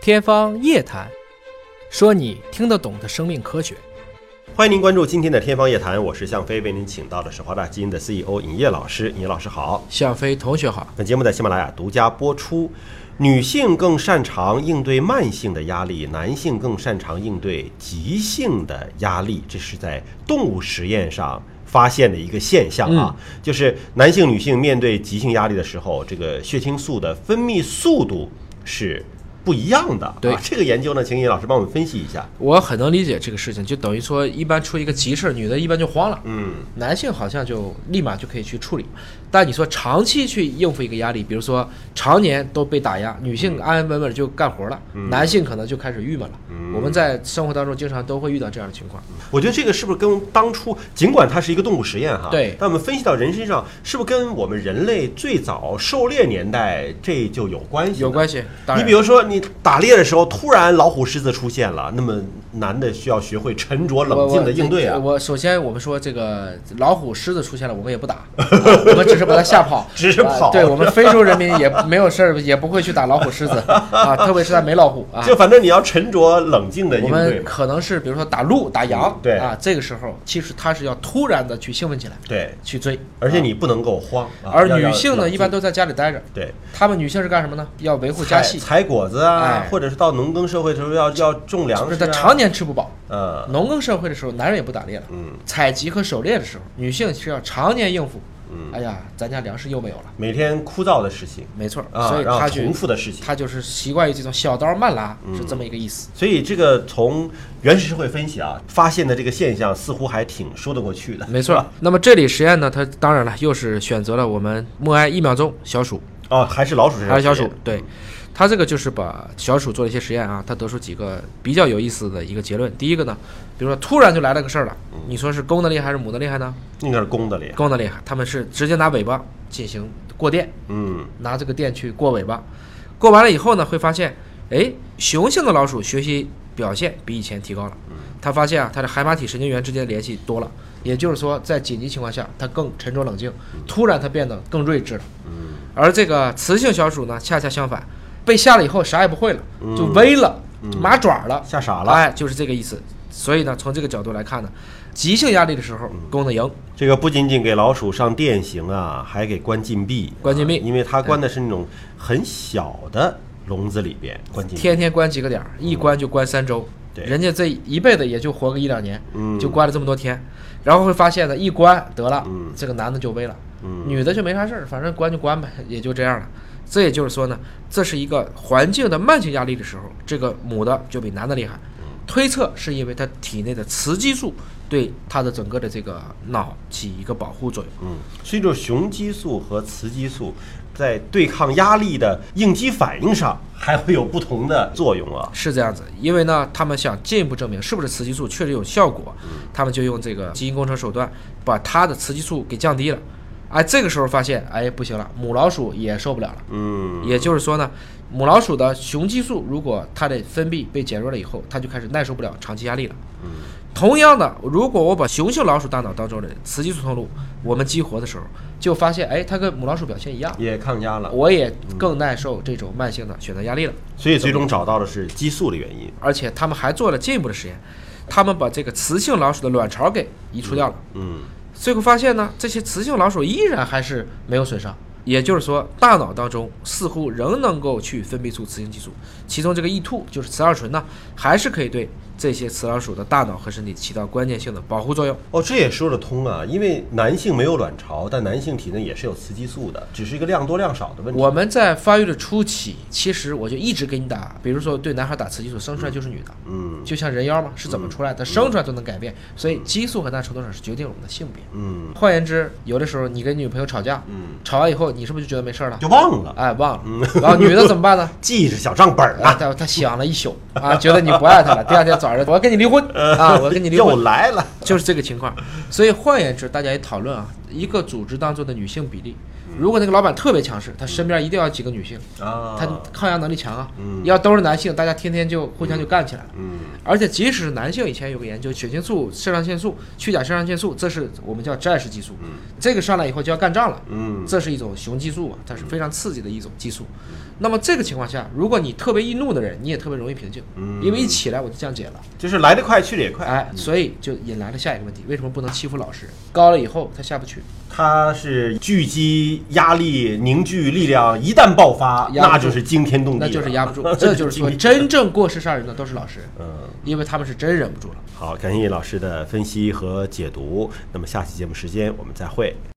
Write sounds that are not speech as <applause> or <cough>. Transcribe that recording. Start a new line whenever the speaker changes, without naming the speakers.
天方夜谭，说你听得懂的生命科学。
欢迎您关注今天的《天方夜谭》，我是向飞，为您请到的是华大基因的 CEO 尹烨老师。尹老师好，
向飞同学好，
本节目在喜马拉雅独家播出。女性更擅长应对慢性的压力，男性更擅长应对急性的压力，这是在动物实验上发现的一个现象啊。就是男性、女性面对急性压力的时候，这个血清素的分泌速度是不一样的。
对
啊、这个研究呢，请尹老师帮我们分析一下。
我很能理解这个事情，就等于说一般出一个急事儿，女的一般就慌了，
嗯，
男性好像就立马就可以去处理。但你说长期去应付一个压力，比如说常年都被打压，女性安安稳稳就干活了，男性可能就开始郁闷了。我们在生活当中经常都会遇到这样的情况。
我觉得这个是不是跟当初，尽管它是一个动物实验哈，
对
但我们分析到人身上，是不是跟我们人类最早狩猎年代这就有关系？
有。关系，当
你
然
比如说，你打猎的时候，突然老虎、狮子出现了，那么男的需要学会沉着冷静的应对啊
我。我我首先我们说这个老虎、狮子出现了，我们也不打，啊我们只是把它吓跑，
只是跑
啊对我们非洲人民也没有事儿，也不会去打老虎、狮子啊，特别是在没老虎啊。
就反正你要沉着冷静的
我
应对
们
嘛。
可能是比如说打鹿、打羊，
对
啊，这个时候其实它是要突然的去兴奋起来，
对，
去追，
而且
啊
你不能够慌。啊
而
要要
女性呢，
冷静
一般都在家里待着，
对。
她们女性是干什么呢？要维护家
采
戏，
采果子啊
哎，
或者是到农耕社会的时候要要种粮
就是她
食啊
常。年吃不饱，
嗯
农耕社会的时候，男人也不打猎了。
嗯，
采集和狩猎的时候，女性是要常年应付。
嗯
哎呀，咱家粮食又没有了，
每天枯燥的事情
没错儿。
啊
所，以
然后
她就
重复的嗯事情。
她就是习惯于这种小刀慢拉，是这么一个意思。
所以这个从原始社会分析啊，发现的这个现象似乎还挺说得过去的。
<laughs> 没错儿。那么这里实验呢，它当然了，又是选择了我们默哀一秒钟小鼠，
哦，还是老鼠身上
还是小
实
鼠
验。
对，它这个就是把小鼠做了一些实验啊，它得出几个比较有意思的一个结论。第一个呢，比如说突然就来了个事儿了，
嗯
你说是公的厉害还是母的厉害呢？
应该是公的了呀。
公的厉害，他们是直接拿尾巴进行过电，
嗯
拿这个电去过尾巴，过完了以后呢，会发现，哎，雄性的老鼠学习表现比以前提高了。他发现啊，它的海马体神经元之间的联系多了，也就是说，在紧急情况下，它更沉着冷静，突然它变得更睿智了。
嗯，
而这个雌性小鼠呢，恰恰相反，被吓了以后啥也不会了，就微了，麻爪了，
吓傻了。
哎，就是这个意思。所以呢，从这个角度来看呢，急性压力的时候攻得赢，
这个不仅仅给老鼠上电刑啊，还给关禁闭。
关禁闭
啊因为它关的是那种很小的笼子里边关禁闭。
天天关几个点儿，一关就关三周。
对
人家这一辈子也就活个一两年，
嗯
就关了这么多天，然后会发现呢，一关得了，
嗯
这个男的就危了，女的就没啥事儿，反正关就关呗，也就这样了。这也就是说呢，这是一个环境的慢性压力的时候，这个母的就比男的厉害。
嗯
推测是因为它体内的雌激素对它的整个的这个脑起一个保护作用。
嗯，所以就是雄激素和雌激素在对抗压力的应激反应上还会有不同的作用啊。
是这样子，因为呢，他们想进一步证明是不是雌激素确实有效果，他们就用这个基因工程手段把它的雌激素给降低了。哎，这个时候发现，哎，不行了，母老鼠也受不了了。
嗯，
也就是说呢，母老鼠的雄激素如果它的分泌被减弱了以后，它就开始耐受不了长期压力了。同样的，如果我把雄性老鼠大脑当中的雌激素通路我们激活的时候，就发现，哎，它跟母老鼠表现一样，嗯
也抗压了，
我也更耐受这种慢性的选择压力了。
所以最终找到的是激素的原因。
而且他们还做了进一步的实验，他们把这个雌性老鼠的卵巢给移除掉了。
嗯。
最后发现呢，这些雌性老鼠依然还是没有损伤，也就是说，大脑当中似乎仍能够去分泌出雌性激素，其中这个异兔就是雌二醇呢，还是可以对这些雌老鼠的大脑和身体起到关键性的保护作用。
哦，这也说得通啊，因为男性没有卵巢，但男性体内也是有雌激素的，只是一个量多量少的问题。
我们在发育的初期，其实我就一直给你打，比如说对男孩打雌激素，生出来就是女的，
嗯
就像人妖嘛，是怎么出来的，生出来都能改变，所以激素很大程度上是决定我们的性别。
嗯
换言之，有的时候你跟女朋友吵架，
嗯，
吵完以后你是不是就觉得没事儿了？
就嗯忘了，
哎，忘了。然后女的怎么办
<laughs>
呢？
记着小账本儿
啊，
呢。
她她想了一宿啊，觉得你不爱她了。第二天早上，我要跟你离
<laughs>
婚啊，我要跟你离
又
婚，
来了，嗯
就是这个情况。所以换言之，大家也讨论啊，一个组织当中的女性比例，如果那个老板特别强势，他身边一定要几个女性，
啊，
他抗压能力强啊。
嗯
要都是男性，大家天天就互相就干起来了。
嗯
而且即使是男性，以前有个研究，血清素、肾上腺素、去甲肾上腺素，这是我们叫战士激素，这个上来以后就要干仗了。
嗯
这是一种雄激素啊，它是非常刺激的一种激素。那么这个情况下，如果你特别易怒的人，你也特别容易平静，
嗯
因为一起来我就降解了，
就是来得快去得也快。
哎，所以就引来了下一个问题：为什么不能欺负老实人？高了以后他下不去，
它是聚集压力、凝聚力量，一旦爆发，
压不
那
住
就是惊天动地了，
嗯 <laughs> 那就是压不住。这就是说，真正过失杀人的都是老实人，
嗯。
因为他们是真忍不住了。
好，感谢老师的分析和解读。那么下期节目时间我们再会。